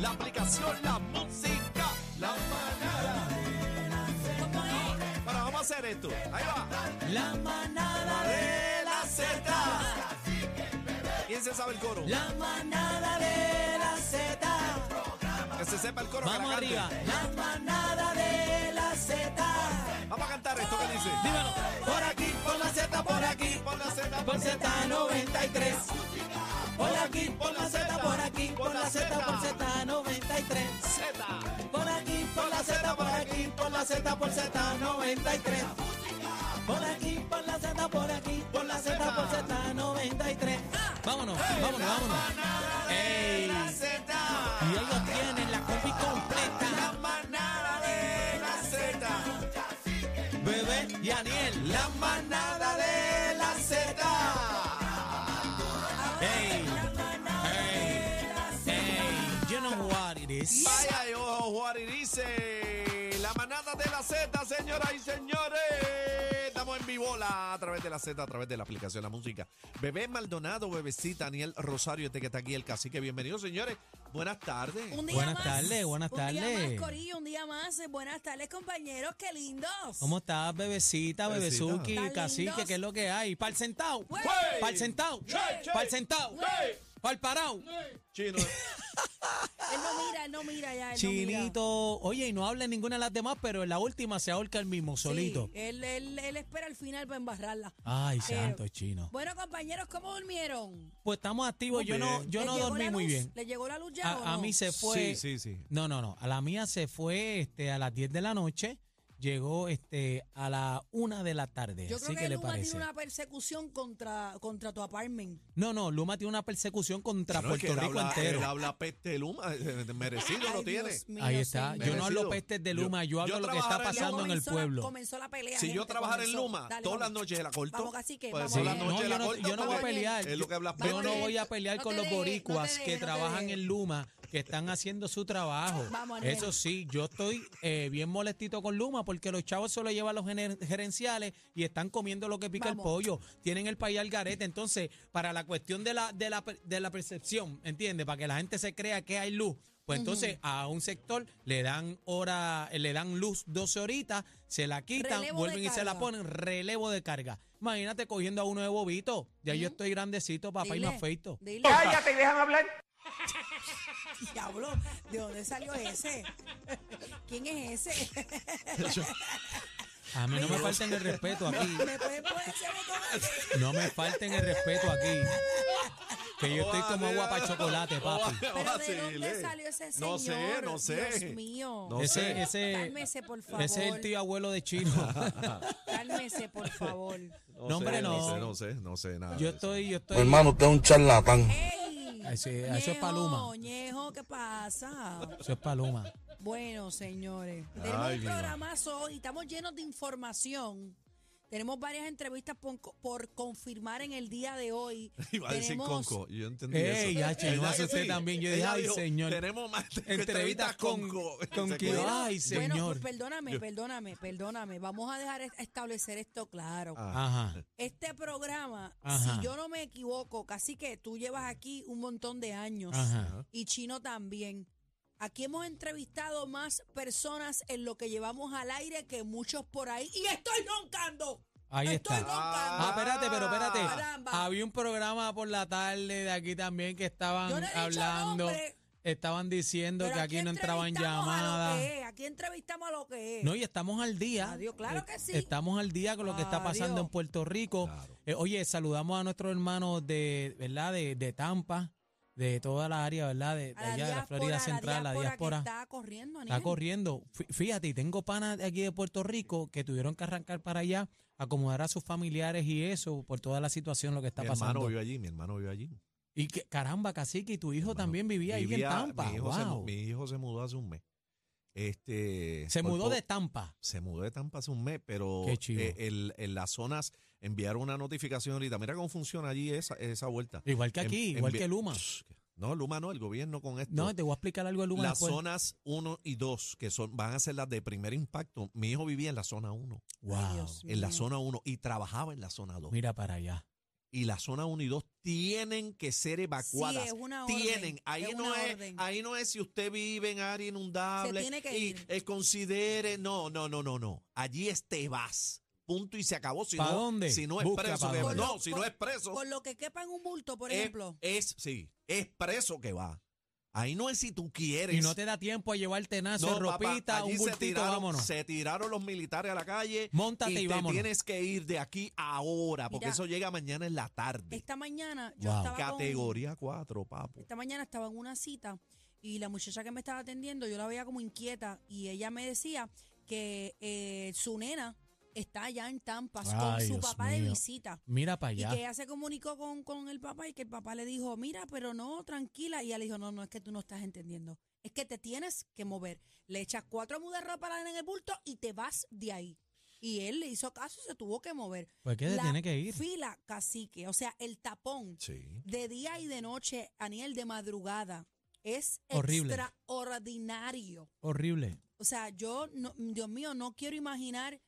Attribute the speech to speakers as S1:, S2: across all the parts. S1: la aplicación, la música, la manada. Bueno, vamos a hacer esto. Ahí va.
S2: La manada de
S1: De la Z. ¿Quién se sabe el coro?
S2: la manada de la Z.
S1: Que se sepa el coro. que la
S2: Vamos
S1: cante.
S2: arriba, la manada de la Z.
S1: Vamos a cantar esto que dice.
S2: Dímelo. Por aquí, por la Z, por aquí,
S1: Por la Z,
S2: por Z93. Por aquí, por la Z, por aquí, por la Z, por Z93.
S1: Z.
S2: Por aquí, por la Z, por aquí, por la Z, por Z93. Por aquí, por la Z, por aquí, por la Z, por Z93. Vámonos, vámonos, vámonos.
S1: De
S2: ¡Ey!
S1: la Z.
S2: Y hoy lo tienen la combi
S1: La
S2: completa.
S1: manada de la Z.
S2: Bebé y Aniel, la manada de la
S1: Z.
S2: Hey, hey, hey, you know what it is.
S1: Vaya y ojo, Juari dice. La manada de la Z, señoras y señores. Estamos en vivola a través de la Z, a través de la aplicación La Música. Bebé Maldonado, bebecita, Daniel Rosario, este que está aquí, el cacique. Bienvenidos, señores. Buenas tardes.
S3: Un día
S2: Buenas
S3: más.
S2: tardes, buenas
S3: Un día
S2: tardes.
S3: más, Corillo, un día más. Eh, Buenas tardes, compañeros, qué lindos.
S2: ¿Cómo estás, bebecita,
S1: Bebecita.
S2: bebezuki,
S3: Tan
S2: cacique?
S3: lindos.
S2: ¿Qué es lo que hay? ¿Pal sentado?
S3: Güey.
S2: ¿Pal sentado?
S1: Sí.
S2: ¿Pal sentado?
S3: Sí.
S2: ¿Pal parado?
S1: Chino.
S3: Él no mira, él no mira ya. Él
S2: Chinito. Oye, y no habla ninguna de las demás, pero en la última se ahorca el mismo,
S3: No mira. Sí,
S2: solito.
S3: él, él, él espera al final para embarrarla.
S2: Ay,
S3: Pero-
S2: santo chino.
S3: Bueno, compañeros, ¿cómo durmieron?
S2: Pues estamos activos.
S1: Muy
S2: Yo no,
S1: bien.
S2: yo
S3: ¿Les
S2: no
S3: llegó
S2: dormí
S3: la
S2: muy
S3: luz?
S2: bien.
S3: ¿Les llegó la luz ya o no?
S2: A, a mí se fue.
S1: Sí, sí, sí.
S2: No, no, no. A la mía se fue este, a las 10 de la noche. Llegó este, a las 1 de la tarde.
S3: Yo
S2: así
S3: creo
S2: que
S3: que
S2: le
S3: Luma
S2: parece.
S3: tiene una persecución contra, contra tu apartment.
S2: No, no, Luma tiene una persecución contra
S1: No, es que
S2: Puerto
S1: él
S2: Rico
S1: habla-
S2: entero.
S1: Él habla peste luma, eh, merecido lo
S3: Ay,
S1: tiene.
S3: Dios mío,
S2: Ahí está.
S3: señor.
S2: Yo no hablo
S1: Merecido.
S2: pestes de
S1: Yo-
S2: Luma, yo,
S1: yo
S2: hablo lo que está
S1: trabajar en
S3: Ya
S2: pasando en el
S3: comenzó la-
S2: pueblo.
S3: comenzó la pelea.
S1: Si yo
S3: gente,
S1: trabajara en
S3: comenzó.
S1: Luma,
S3: Dale,
S1: todas las
S3: vamos.
S1: noches la corto.
S3: Vamos, cacique,
S1: Pues,
S3: vamos.
S1: todas las
S3: Daniel.
S1: noches
S2: No,
S1: la pues,
S2: yo
S1: corto,
S2: no, yo no voy a
S1: porque
S2: pelear.
S1: Es lo que hablas
S2: Yo
S1: peste.
S2: no
S3: Daniel,
S2: voy a pelear
S3: no
S2: con
S3: te
S2: los
S3: dejes, no te
S2: boricuas
S3: dejes,
S2: que
S3: no te
S2: trabajan
S3: dejes.
S2: en Luma, que están haciendo su trabajo.
S3: Vamos, Daniel.
S2: Eso sí, yo estoy eh, bien molestito con Luma porque los chavos se lo llevan los gener- gerenciales y están comiendo lo que pica el
S3: Vamos.
S2: pollo. Tienen el país al garete. Entonces, para la cuestión de la, de la, per- de la percepción, ¿entiendes? Para que la gente se crea que hay luz. Pues entonces a un sector le dan hora, eh, le dan luz 12 horitas, se la quitan,
S3: Relevo de
S2: vuelven y se la
S3: carga.
S2: ponen, relevo de carga. Imagínate cogiendo a uno de bobito, ya yo estoy grandecito, papá, y me
S3: Dile,
S2: afeito.
S3: dile.
S4: Cállate y déjame hablar.
S3: Diablo, ¿de dónde salió ese? ¿Quién es ese?
S2: A mí no me falten el respeto aquí.
S3: ¿Me pueden poner ese botón?
S2: No me falten el respeto aquí. Que yo estoy como agua para chocolate, papi.
S3: ¿Pero de
S1: Vacile.
S3: dónde salió ese señor?
S1: No sé, no sé.
S3: Dios mío.
S1: No
S2: ese,
S1: sé.
S2: ese,
S3: Cálmese, por favor.
S2: Ese es el tío abuelo de Chino.
S3: Cálmese, por favor.
S1: No,
S2: No, hombre,
S1: sé,
S2: no.
S1: No sé, no sé, no sé nada.
S2: Yo
S1: de eso.
S2: estoy, yo estoy.
S5: Mi hermano, usted es un charlatán.
S3: ¡Ey!
S2: Eso es- eso es Paloma.
S3: Ñejo, Ñejo, ¿qué pasa?
S2: Eso es Paloma.
S3: Bueno, señores, tenemos
S1: Ay,
S3: un
S1: mi madre.
S3: programazo hoy, estamos llenos de información. Tenemos varias entrevistas por, co- por confirmar en el día de hoy.
S1: Iba a decir
S3: Tenemos-
S1: Conco. Yo entendí eso.
S2: Ey, ya,
S1: ¿Verdad
S2: Chino,
S1: que
S2: hace usted
S1: sí?
S2: también. Yo
S1: Ella
S2: dije, ay,
S1: dijo,
S2: señor.
S1: Tenemos más
S2: Entrevistas con, con
S1: Se
S2: Kio.
S1: quedó.
S2: Ay,
S3: Bueno,
S2: señor.
S3: pues perdóname, perdóname, perdóname. Vamos a dejar es- establecer esto claro.
S1: Ah.
S2: Ajá.
S3: Este programa,
S2: Ajá.
S3: si yo no me equivoco, casi que tú llevas aquí un montón de años
S2: Ajá.
S3: y Chino también. Aquí hemos entrevistado más personas en lo que llevamos al aire que muchos por ahí. ¡Y estoy roncando!
S2: Ahí
S3: estoy
S2: está. Ah,
S3: roncando!
S2: espérate, pero espérate. Ah,
S3: Caramba.
S2: Había un programa por la tarde de aquí también que estaban
S3: Yo no he dicho
S2: hablando.
S3: nombre.
S2: Estaban diciendo
S3: Pero
S2: que aquí no entraban
S3: entrevistamos a lo
S2: llamadas.
S3: que es, Aquí entrevistamos a lo que es.
S2: No, y estamos al día.
S3: Adiós, claro
S2: Eh,
S3: que sí.
S2: Estamos al día con lo que está pasando
S3: Adiós.
S2: en Puerto Rico.
S1: Claro.
S2: Eh, oye, saludamos a nuestros hermanos de, ¿verdad? De, de Tampa, de toda la área, ¿verdad? De, de
S3: A
S2: allá,
S3: la
S2: de la
S3: diáspora,
S2: Florida Central, la
S3: que
S2: diáspora. Está,
S3: está corriendo, Aniel.
S2: corriendo. Fí- Fíjate, y tengo panas de aquí de Puerto Rico que tuvieron que arrancar para allá, acomodar a sus familiares y eso, por toda la situación, lo que está
S1: Mi hermano
S2: pasando.
S1: vive allí, mi hermano vive allí.
S2: Y que, caramba, cacique, y tu hijo
S1: hermano
S2: también vivía, ahí en Tampa.
S1: Mi hijo, se, mu-
S2: Wow.
S1: mi hijo se mudó hace un mes. Este,
S2: Se
S1: por
S2: mudó
S1: po-
S2: de Tampa.
S1: Se mudó de Tampa hace un mes, pero
S2: Qué chivo.
S1: eh, el- en las zonas enviaron una notificación ahorita. Mira cómo funciona allí esa, esa vuelta.
S2: Igual que aquí,
S1: En-
S2: igual
S1: envi-
S2: que Luma.
S1: No, Luma no, el gobierno con esto.
S2: No, te voy a explicar algo de Luma
S1: las
S2: después.
S1: zonas 1 y 2, que son, van a ser las de primer impacto. Mi hijo vivía en la zona 1,
S2: wow.
S3: Dios
S1: en la
S3: mío.
S1: zona 1, y trabajaba en la zona 2.
S2: Mira para allá.
S1: y la zona 1 y 2 tienen que ser evacuadas.
S3: Sí, es una orden,
S1: tienen. Ahí
S3: es
S1: no
S3: una
S1: es,
S3: orden.
S1: ahí no es si usted vive en área inundable
S3: Se tiene que
S1: y
S3: ir.
S1: eh, considere. No, no, no, no, no. Allí es te vas. Punto y se acabó. Si
S2: ¿Pa
S1: no,
S2: dónde?
S1: Si no es
S2: Busca
S1: preso,
S2: pa
S1: que-
S2: dónde.
S1: no,
S3: Por lo-
S1: si
S3: por-
S1: no es preso.
S3: Por lo que quepa en un bulto, por
S1: es-
S3: ejemplo.
S1: Es, sí, es preso que va. Ahí no es si tú quieres.
S2: Y no te da tiempo a llevar tenazo,
S1: No, papá,
S2: ropita,
S1: allí se
S2: un bultito,
S1: tiraron,
S2: vámonos.
S1: Se tiraron los militares a la calle.
S2: Móntate y
S1: te
S2: vámonos.
S1: tienes que ir de aquí ahora, porque
S3: Mira.
S1: eso llega mañana en la tarde.
S3: Esta mañana yo
S2: Wow.
S3: estaba con-
S1: eh, Categoría 4, papo.
S3: esta mañana estaba en una cita y la muchacha que me estaba atendiendo, yo la veía como inquieta y ella me decía que eh, su nena está allá en Tampa con
S2: Ay,
S3: su
S2: Dios
S3: papá de
S2: mío.
S3: visita.
S2: Mira para
S3: Y
S2: allá.
S3: que ella se comunicó con, con el papá y que el papá le dijo, mira, pero no, tranquila. Y ella le dijo, no, no, es que tú no estás entendiendo. Es que te tienes que mover. Le echas cuatro mudas de ropa a la nena en el bulto y te vas de ahí. Y él le hizo caso y se tuvo que mover.
S2: Pues que se
S3: La
S2: tiene que ir.
S3: Fila cacique, o sea, el tapón
S1: Sí.
S3: de día y de noche, Aniel, de madrugada, es
S2: Horrible.
S3: extraordinario.
S2: Horrible.
S3: O sea, yo, no- Dios mío, no quiero imaginar.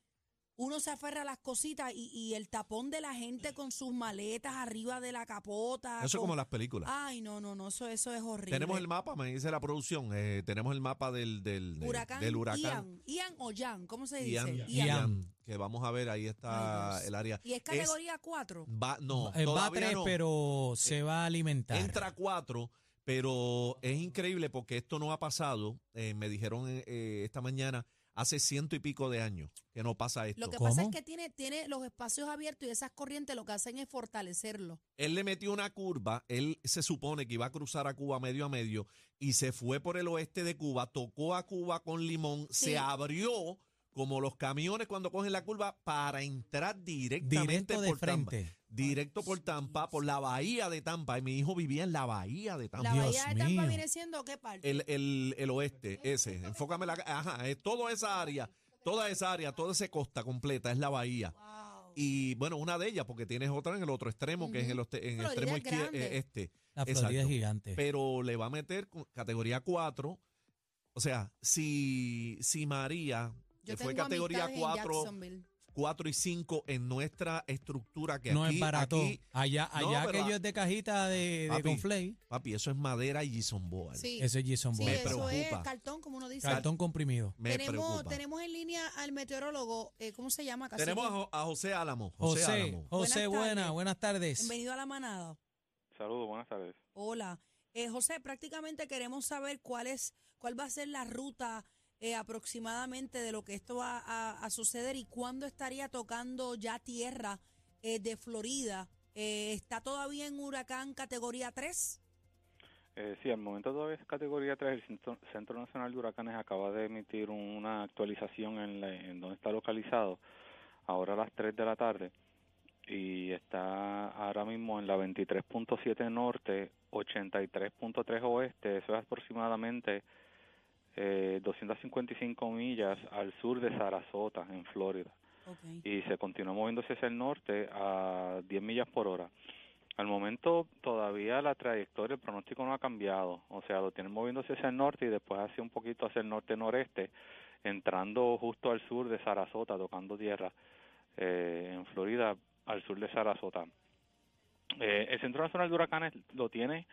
S3: Uno se aferra a las cositas y, y el tapón de la gente con sus maletas arriba de la capota.
S1: Eso es
S3: con-
S1: como las películas.
S3: Ay, no, no, no, eso, eso es horrible.
S1: tenemos el mapa, me dice la producción. eh, tenemos el mapa del, del, del-
S3: huracán,
S1: del huracán.
S3: Ian, Ian o Jan, ¿cómo se dice?
S1: Ian,
S2: Ian.
S1: Ian, Que vamos a ver, ahí está
S3: Ay, Dios.
S1: el área.
S3: Y es categoría 4.
S1: Va, no,
S2: Eh, va a
S1: todavía
S2: tres,
S1: no. Eh,
S2: pero se va a alimentar.
S1: Entra cuatro, pero es increíble porque esto no ha pasado. eh, me dijeron eh, esta mañana, hace ciento y pico de años que no pasa esto.
S3: Lo que
S2: ¿Cómo?
S3: pasa es que tiene, tiene los espacios abiertos y esas corrientes lo que hacen es fortalecerlo.
S1: Él le metió una curva, él se supone que iba a cruzar a Cuba medio a medio y se fue por el oeste de Cuba, tocó a Cuba con limón,
S3: Sí.
S1: se abrió como los camiones cuando cogen la curva para entrar directamente
S2: Directo de
S1: por Tampa.
S2: frente.
S1: Directo por Tampa, por la bahía de Tampa. Y mi hijo vivía en la bahía de Tampa.
S3: La
S2: Dios
S3: bahía de Tampa
S2: mío.
S3: viene siendo qué parte?
S1: Ah, El, el, el oeste, ese. Enfócame la. Ajá, es toda esa área, toda esa área, toda esa costa completa es la bahía.
S3: Wow.
S1: Y bueno, una de ellas, porque tienes otra en el otro extremo, que es en el, oste- en el
S3: Florida
S1: extremo
S3: es
S1: izquier-
S3: grande.
S1: eh, este.
S2: La Florida
S1: Exacto.
S2: es gigante.
S1: Pero le va a meter con- categoría 4. O sea, si, si María, que
S3: Yo
S1: fue
S3: tengo
S1: categoría
S3: amistades en
S1: 4,
S3: Jacksonville.
S1: 4 y 5 en nuestra estructura, que
S2: no
S1: aquí,
S2: es barato.
S1: aquí,
S2: allá
S1: No,
S2: allá
S1: pero-
S2: aquello es de cajita de, de
S1: Papi,
S2: conflay.
S1: papi, eso es madera y Jason Board.
S3: Sí,
S2: Eso es Jason
S3: sí,
S2: Boy.
S1: Me
S3: eso es
S1: preocupa.
S3: cartón, como uno dice.
S2: Cartón comprimido.
S1: Me
S3: tenemos,
S1: preocupa.
S3: tenemos en línea al meteorólogo, eh, ¿cómo se llama? Cacique?
S1: Tenemos a, Jo- a José Álamo. José,
S2: José,
S1: Álamo.
S2: José,
S3: Buenas
S2: buena,
S3: tardes.
S2: buenas tardes.
S3: Bienvenido a la manada.
S4: Saludos, buenas tardes.
S3: Hola. Eh, José, prácticamente queremos saber cuál es, cuál va a ser la ruta eh, aproximadamente de lo que esto va a, a suceder y cuándo estaría tocando ya tierra eh, de Florida. Eh, ¿Está todavía en huracán categoría 3?
S4: Eh, sí, al momento todavía es categoría 3. El Centro, Centro Nacional de Huracanes acaba de emitir un- una actualización en, la- en donde está localizado, ahora a las 3 de la tarde, y está ahora mismo en la 23.7 norte, 83.3 oeste, eso es aproximadamente eh, 255 millas al sur de Sarasota, en Florida.
S3: Okay.
S4: y se continúa moviéndose hacia el norte a 10 millas por hora. Al momento todavía la trayectoria, el pronóstico no ha cambiado, o sea, lo tienen moviéndose hacia el norte y después hacia un poquito hacia el norte-noreste, entrando justo al sur de Sarasota, tocando tierra eh, en Florida, al sur de Sarasota. Eh, el Centro Nacional de Huracanes lo tiene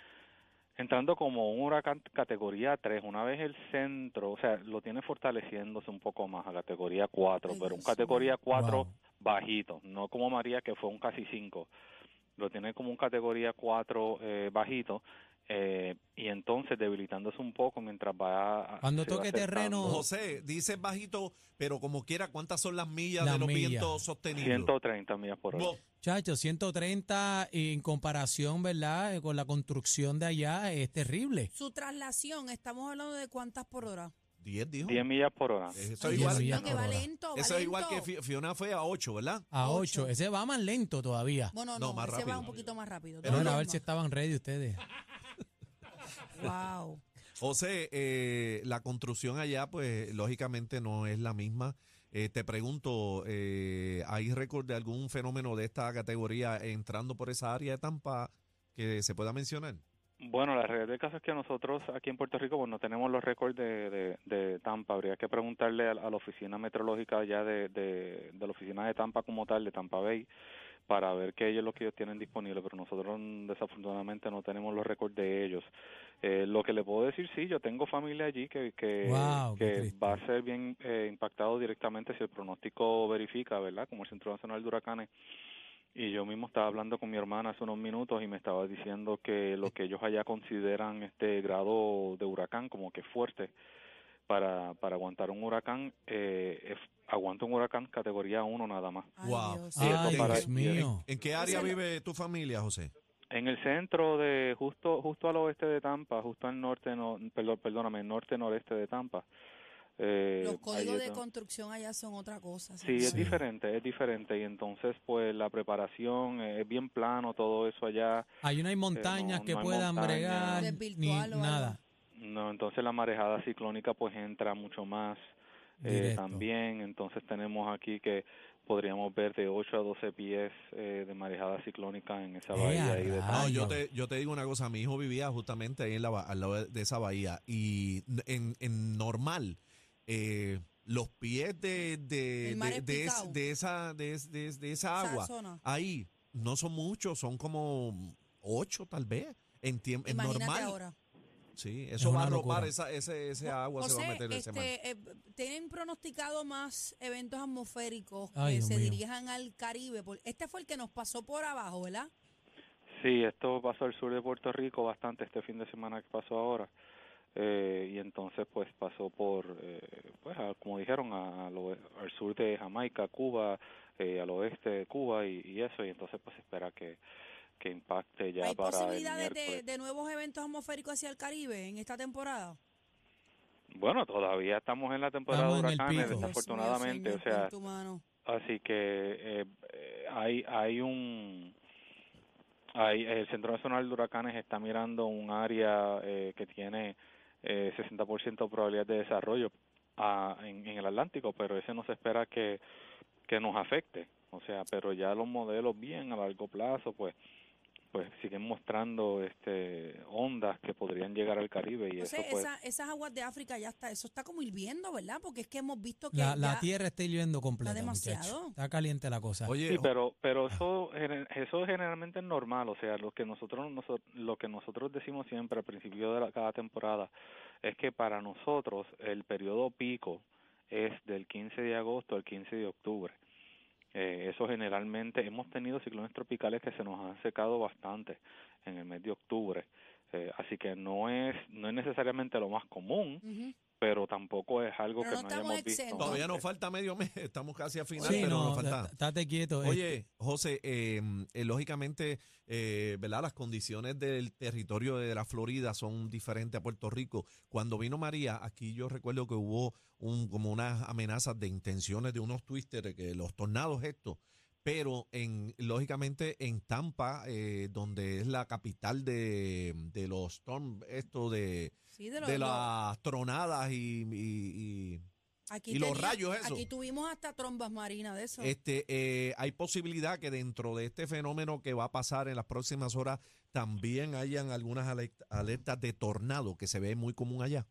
S4: entrando como un huracán categoría 3, una vez el centro, o sea, lo tiene fortaleciéndose un poco más a categoría 4,
S3: Ay,
S4: pero
S3: Dios
S4: un categoría 4
S2: Wow.
S4: bajito, no como María que fue un casi 5, lo tiene como un categoría 4 eh, bajito eh, y entonces debilitándose un poco mientras va...
S2: Cuando
S4: se va
S2: toque
S4: acercando.
S2: terreno-
S1: José, dice bajito, pero como quiera, ¿cuántas son las millas
S2: Las
S1: de los
S2: millas.
S1: vientos sostenidos?
S4: 130 millas por hora.
S1: Bo-
S2: Chacho, 130 en comparación, ¿verdad? Eh, Con la construcción de allá es terrible.
S3: Su traslación, estamos hablando de cuántas por hora.
S1: 10 dijo.
S4: 10 millas por hora.
S1: Eso
S2: Ay,
S1: es
S3: Dios
S1: igual,
S3: mío,
S2: no,
S3: que va
S2: no, no.
S3: lento, va
S1: eso es igual que Fi-
S3: lento.
S1: Fiona fue a 8, ¿verdad?
S2: A
S3: Ocho.
S2: 8. Ese va más lento todavía.
S3: Bueno,
S1: No,
S3: no,
S1: más
S3: ese
S1: rápido.
S3: va un poquito más rápido.
S1: Pero
S2: Bueno,
S1: no,
S2: a ver si estaban ready ustedes.
S3: Wow.
S1: José, eh, la construcción allá, pues lógicamente no es la misma. Eh, te pregunto, eh, ¿hay récord de algún fenómeno de esta categoría entrando por esa área de Tampa que se pueda mencionar?
S4: Bueno, la realidad del caso es que nosotros aquí en Puerto Rico pues, no tenemos los récords de, de- de Tampa. Habría que preguntarle a, la- a la oficina meteorológica allá de, de, de la oficina de Tampa como tal, de Tampa Bay, para ver qué ellos lo que ellos tienen disponible, pero nosotros desafortunadamente no tenemos los récords de ellos. Eh, lo que le puedo decir, sí, yo tengo familia allí que, que,
S2: Wow, qué
S4: que
S2: triste.
S4: va a ser bien eh, impactado directamente si el pronóstico verifica, ¿verdad? Como el Centro Nacional de Huracanes. Y yo mismo estaba hablando con mi hermana hace unos minutos y me estaba diciendo que lo que ellos allá consideran este grado de huracán como que fuerte para, para aguantar un huracán, eh, es- aguanta un huracán categoría 1 nada más.
S3: Ay,
S1: Wow. Ah,
S3: Dios.
S1: Sí,
S2: Ay,
S1: para-
S2: Dios mío.
S1: ¿En qué área
S3: José, lo-
S1: vive tu familia, José?
S4: En el centro de justo justo al oeste de Tampa, justo al norte no, perdón, perdóname, norte noreste de Tampa. Eh,
S3: Los códigos
S4: ahí
S3: de
S4: está.
S3: construcción allá son otra cosa.
S4: Sí, es
S2: Sí.
S4: diferente, es diferente y entonces pues la preparación eh, es bien plano todo eso allá.
S2: Ahí no hay montañas
S4: Eh, no
S2: que
S4: hay
S2: puedan
S4: montaña.
S2: bregar,
S3: Es
S2: ni
S3: virtual o algo.
S2: nada.
S4: No, entonces la marejada ciclónica pues entra mucho más eh,
S2: Directo.
S4: también, entonces tenemos aquí que podríamos ver de 8 a 12 pies eh, de marejada ciclónica en esa
S2: Eh,
S4: bahía
S2: a
S4: ahí
S2: rayos.
S4: de Tampa.
S1: No, yo
S2: no.
S1: te, yo te digo una cosa, mi hijo vivía justamente ahí en la, ba- al lado de- de esa bahía y n- en, en normal, eh, los pies de, de,
S3: El mar
S1: de-
S3: es
S1: de es-
S3: picao.
S1: de esa, de, es- de es- de esa
S3: Esa
S1: agua,
S3: zona.
S1: ahí no son muchos, son como ocho tal vez, en tiempo
S3: Imagínate
S1: normal.
S3: ahora.
S1: Sí, eso
S2: Es
S1: va a
S2: una locura.
S1: ropar esa, ese, ese agua, se va a
S3: José,
S1: meter ese mar.
S3: este, eh, tienen pronosticado más eventos atmosféricos
S2: Ay,
S3: que
S2: Dios
S3: se
S2: mío.
S3: dirijan al Caribe. Por- Este fue el que nos pasó por abajo, ¿verdad?
S4: Sí, esto pasó al sur de Puerto Rico bastante este fin de semana que pasó ahora. Eh, y entonces pues pasó por, eh, pues a- como dijeron, a- a lo- al sur de Jamaica, Cuba, eh, al oeste de Cuba y, y eso. Y entonces pues se espera que, que impacte ya
S3: ¿Hay
S4: para el
S3: posibilidades de,
S4: miércoles.
S3: de nuevos eventos atmosféricos hacia el Caribe en esta temporada?
S4: Bueno, todavía estamos en la temporada
S2: Estamos en
S4: de
S2: el
S4: huracanes,
S2: pico.
S3: Dios mío,
S4: desafortunadamente.
S3: Señor,
S4: Pues, o sea,
S3: pon tu mano.
S4: Así que eh, eh, hay hay un hay el Centro Nacional de Huracanes está mirando un área eh, que tiene eh, 60% probabilidad de desarrollo ah, en, en el Atlántico, pero ese no se espera que que nos afecte. O sea, pero ya los modelos bien a largo plazo, pues pues siguen mostrando este ondas que podrían llegar al Caribe y
S3: José,
S4: eso pues
S3: esa- esas aguas de África ya está, eso está como hirviendo, ¿verdad? Porque es que hemos visto que
S2: La, la
S3: ya-
S2: tierra está hirviendo completa,
S3: demasiado.
S2: muchacho. Está caliente la cosa.
S1: Oye,
S4: Sí,
S1: jo-
S4: pero pero eso gener- eso generalmente es normal, o sea, lo que nosotros noso- lo que nosotros decimos siempre al principio de la- cada temporada es que para nosotros el periodo pico es del 15 de agosto al 15 de octubre. Eh, eso generalmente hemos tenido ciclones tropicales que se nos han secado bastante en el mes de octubre, Eh, así que no es no es necesariamente lo más común,
S3: Ujú.
S4: pero tampoco es algo
S3: Pero
S4: que
S3: no
S4: no
S3: estamos
S4: hayamos visto.
S3: exentos.
S1: todavía nos falta medio mes, estamos casi a final,
S2: Sí,
S1: pero
S2: no,
S1: nos falta.
S2: t- estate quieto.
S1: Oye, José, eh, eh, lógicamente, eh, ¿verdad? Las condiciones del territorio de la Florida son diferentes a Puerto Rico. Cuando vino María, aquí yo recuerdo que hubo un, como unas amenazas de intenciones de unos twisters, que los tornados estos. Pero en, lógicamente en Tampa, eh, donde es la capital de, de los storm, esto de,
S3: Sí, de, lo-
S1: de
S3: lo-
S1: las tronadas y- y- y
S3: aquí
S1: y los
S3: tenía-
S1: rayos esos.
S3: Aquí tuvimos hasta trombas marinas de eso.
S1: Este, eh, hay posibilidad que dentro de este fenómeno que va a pasar en las próximas horas también hayan algunas alert- alertas de tornado que se ve muy común allá.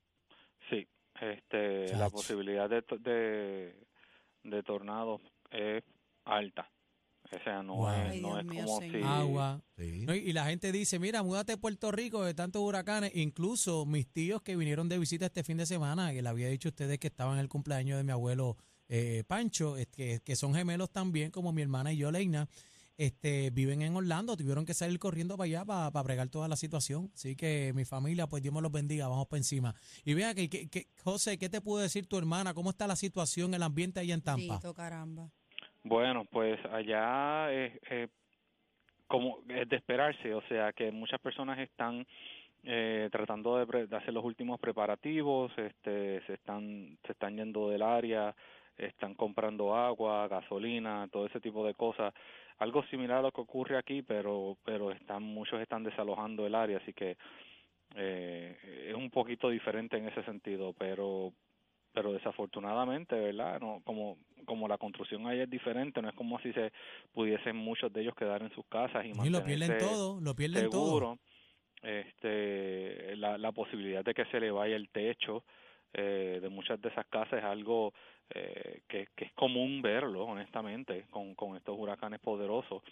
S4: Sí, este, la
S2: Chacho.
S4: posibilidad de, to- de, de tornado es alta. O sea, no
S2: Wow.
S4: es,
S3: Ay,
S4: no
S3: Dios
S4: es
S3: mío,
S4: como
S3: señor.
S4: si...
S2: Agua.
S1: Sí.
S2: No, y- Y la gente dice, mira, múdate a Puerto Rico de tantos huracanes. Incluso mis tíos que vinieron de visita este fin de semana, que le había dicho a ustedes que estaban en el cumpleaños de mi abuelo eh, Pancho, es que, que son gemelos también, como mi hermana y yo, Leina, este, viven en Orlando, tuvieron que salir corriendo para allá para, para bregar toda la situación. Así que mi familia, pues Dios me los bendiga, vamos para encima. Y vea que, que- que- José, ¿qué te pudo decir tu hermana? ¿Cómo está la situación, el ambiente allá en Tampa?
S3: Bendito, caramba.
S4: Bueno, pues allá es eh, como es de esperarse, o sea, que muchas personas están eh, tratando de, pre- de hacer los últimos preparativos, este, se están se están yendo del área, están comprando agua, gasolina, todo ese tipo de cosas, algo similar a lo que ocurre aquí, pero pero están muchos están desalojando el área, así que eh, es un poquito diferente en ese sentido, pero pero desafortunadamente, ¿verdad? No, como como la construcción ahí es diferente, no es como si se pudiesen muchos de ellos quedar en sus casas y
S2: y
S4: mantenerse
S2: lo pierden todo, lo pierden todo.
S4: seguro, este, la, la posibilidad de que se le vaya el techo, eh, de muchas de esas casas es algo eh, que, que es común verlo, honestamente, con, con estos huracanes poderosos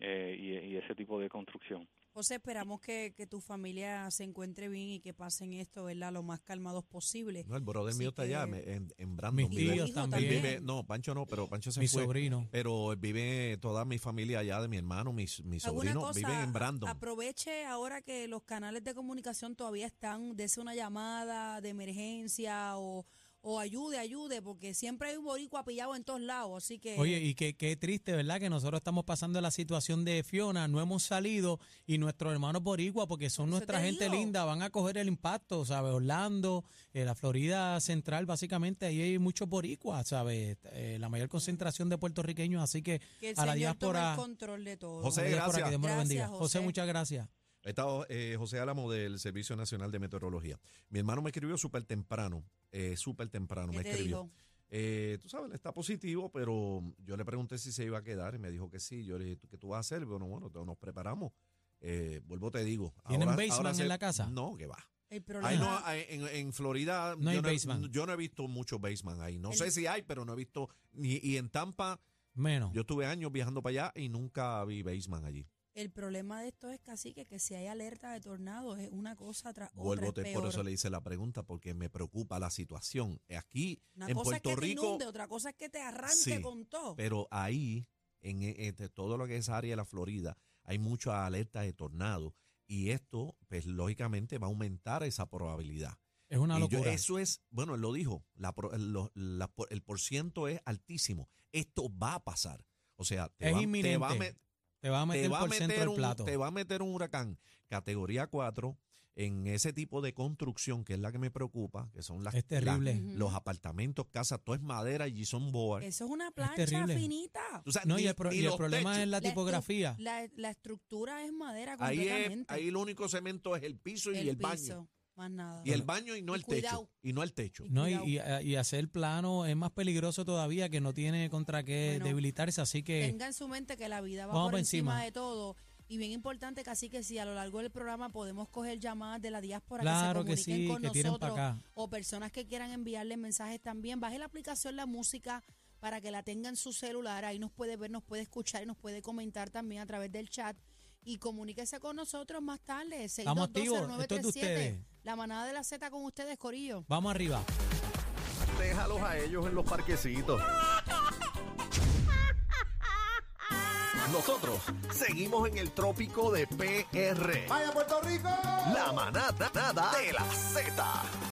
S4: eh, y, y ese tipo de construcción.
S3: José, esperamos que, que tu familia se encuentre bien y que pasen esto, ¿verdad? Lo más calmados posible.
S1: No, el brother
S3: Así
S1: mío está allá
S3: que-
S1: me- en, en Brandon.
S2: Mis
S1: vive.
S2: tíos
S1: Él
S2: también.
S1: vive- no, Pancho no, pero Pancho se
S2: mi
S1: fue.
S2: sobrino.
S1: Pero él vive toda mi familia allá de mi hermano, mis, mis
S3: ¿Alguna
S1: sobrinos viven en Brandon.
S3: Aproveche ahora que los canales de comunicación todavía están, dese una llamada de emergencia o, o ayude, ayude, porque siempre hay un boricua pillado en todos lados, así que...
S2: Oye, y qué, qué triste, ¿verdad? Que nosotros estamos pasando la situación de Fiona, no hemos salido y nuestros hermanos boricua, porque son
S3: Eso
S2: nuestra
S3: te
S2: gente
S3: digo.
S2: linda, van a coger el impacto, ¿sabes? Orlando, eh, la Florida Central, básicamente, ahí hay muchos boricuas, ¿sabes? Eh, la mayor concentración de puertorriqueños, así que,
S3: que el
S2: a la
S3: Señor tome
S2: diáspora.
S3: el control de todo.
S1: José,
S2: la diáspora,
S1: gracias.
S2: que Dios me lo
S3: Gracias,
S2: bendiga. José,
S3: José.
S2: muchas gracias.
S1: Ahí Está eh, José Álamo del Servicio Nacional de Meteorología. Mi hermano me escribió súper temprano, eh, súper temprano
S3: ¿Qué
S1: me
S3: te
S1: escribió.
S3: dijo?
S1: Eh, tú sabes, él está positivo, pero yo le pregunté si se iba a quedar y me dijo que sí. Yo le dije, "¿Tú ¿qué tú vas a hacer? Bueno, bueno, te- nos preparamos. Eh, vuelvo, te digo.
S2: ¿Tienen basement en la casa?
S1: No, que va.
S3: El
S1: Ahí no, ah.
S3: problema,
S1: ahí en, en Florida
S2: No hay
S1: yo, no,
S2: basement.
S1: he, yo no he visto muchos basement ahí. No
S3: El-
S1: sé si hay, pero no he visto. ni- y en Tampa,
S2: Menos.
S1: yo estuve años viajando para allá y nunca vi basement allí.
S3: el problema de esto es casi que, que si hay alerta de tornados es una cosa tras otra.
S1: Vuelvo,
S3: es
S1: te- por
S3: peor.
S1: eso le hice la pregunta, porque me preocupa la situación. Aquí,
S3: Una
S1: en
S3: cosa
S1: Puerto
S3: es que
S1: Rico,
S3: te inunde, otra cosa es que te arranque
S1: Sí,
S3: con todo.
S1: pero ahí, en, e- este, todo lo que es área de la Florida, hay mucha alerta de tornado. Y esto, pues lógicamente, va a aumentar esa probabilidad.
S2: Es una
S1: Y yo-
S2: locura.
S1: eso es, bueno, él lo dijo, la pro- lo- la por- el porciento es altísimo. Esto va a pasar. O sea, te
S2: Es
S1: va, te
S2: inminente.
S1: va a me-
S2: te va a meter
S1: te va a
S2: por centro
S1: meter
S2: del
S1: un,
S2: plato.
S1: te va a meter un huracán categoría 4 en ese tipo de construcción que es la que me preocupa, que son las
S2: Es terrible.
S3: Ujú.
S1: los apartamentos, casas, todo es madera y son board.
S3: Eso es una plancha
S2: terrible.
S3: finita.
S1: O sea,
S2: no,
S1: ni-
S2: y el, pro-
S1: ni
S2: y el
S1: los
S2: problema
S1: techos.
S2: es la
S3: La estru-
S2: tipografía.
S3: La, la estructura es madera
S1: ahí, es-
S3: completamente.
S1: ahí lo único cemento es el piso y el, baño.
S3: piso, Más nada.
S1: Y el baño y no
S3: Y
S1: el techo.
S3: cuidado.
S1: Y no el techo.
S2: No, y, y, y hacer plano es más peligroso todavía que no tiene contra qué
S3: Bueno,
S2: debilitarse, así que
S3: Tenga en su mente que la vida va
S2: Vamos
S3: por
S2: por
S3: encima.
S2: encima.
S3: de todo. Y bien importante que así que si a lo largo del programa podemos coger llamadas de la diáspora
S2: claro que
S3: que se comuniquen
S2: sí,
S3: con
S2: que tiren para
S3: nosotros
S2: acá.
S3: o personas que quieran enviarle mensajes también, baje la aplicación La Música para que la tenga en su celular, ahí nos puede ver, nos puede escuchar y nos puede comentar también a través del chat y comuníquese con nosotros más tarde,
S2: Estamos activos, esto es de
S3: 6220937.
S2: ustedes.
S3: La manada de la Z con ustedes, Corillo.
S2: Vamos arriba.
S5: Déjalos a ellos en los parquecitos. Nosotros seguimos en el trópico de PR. ¡Vaya Puerto Rico! La manada nada de la Z.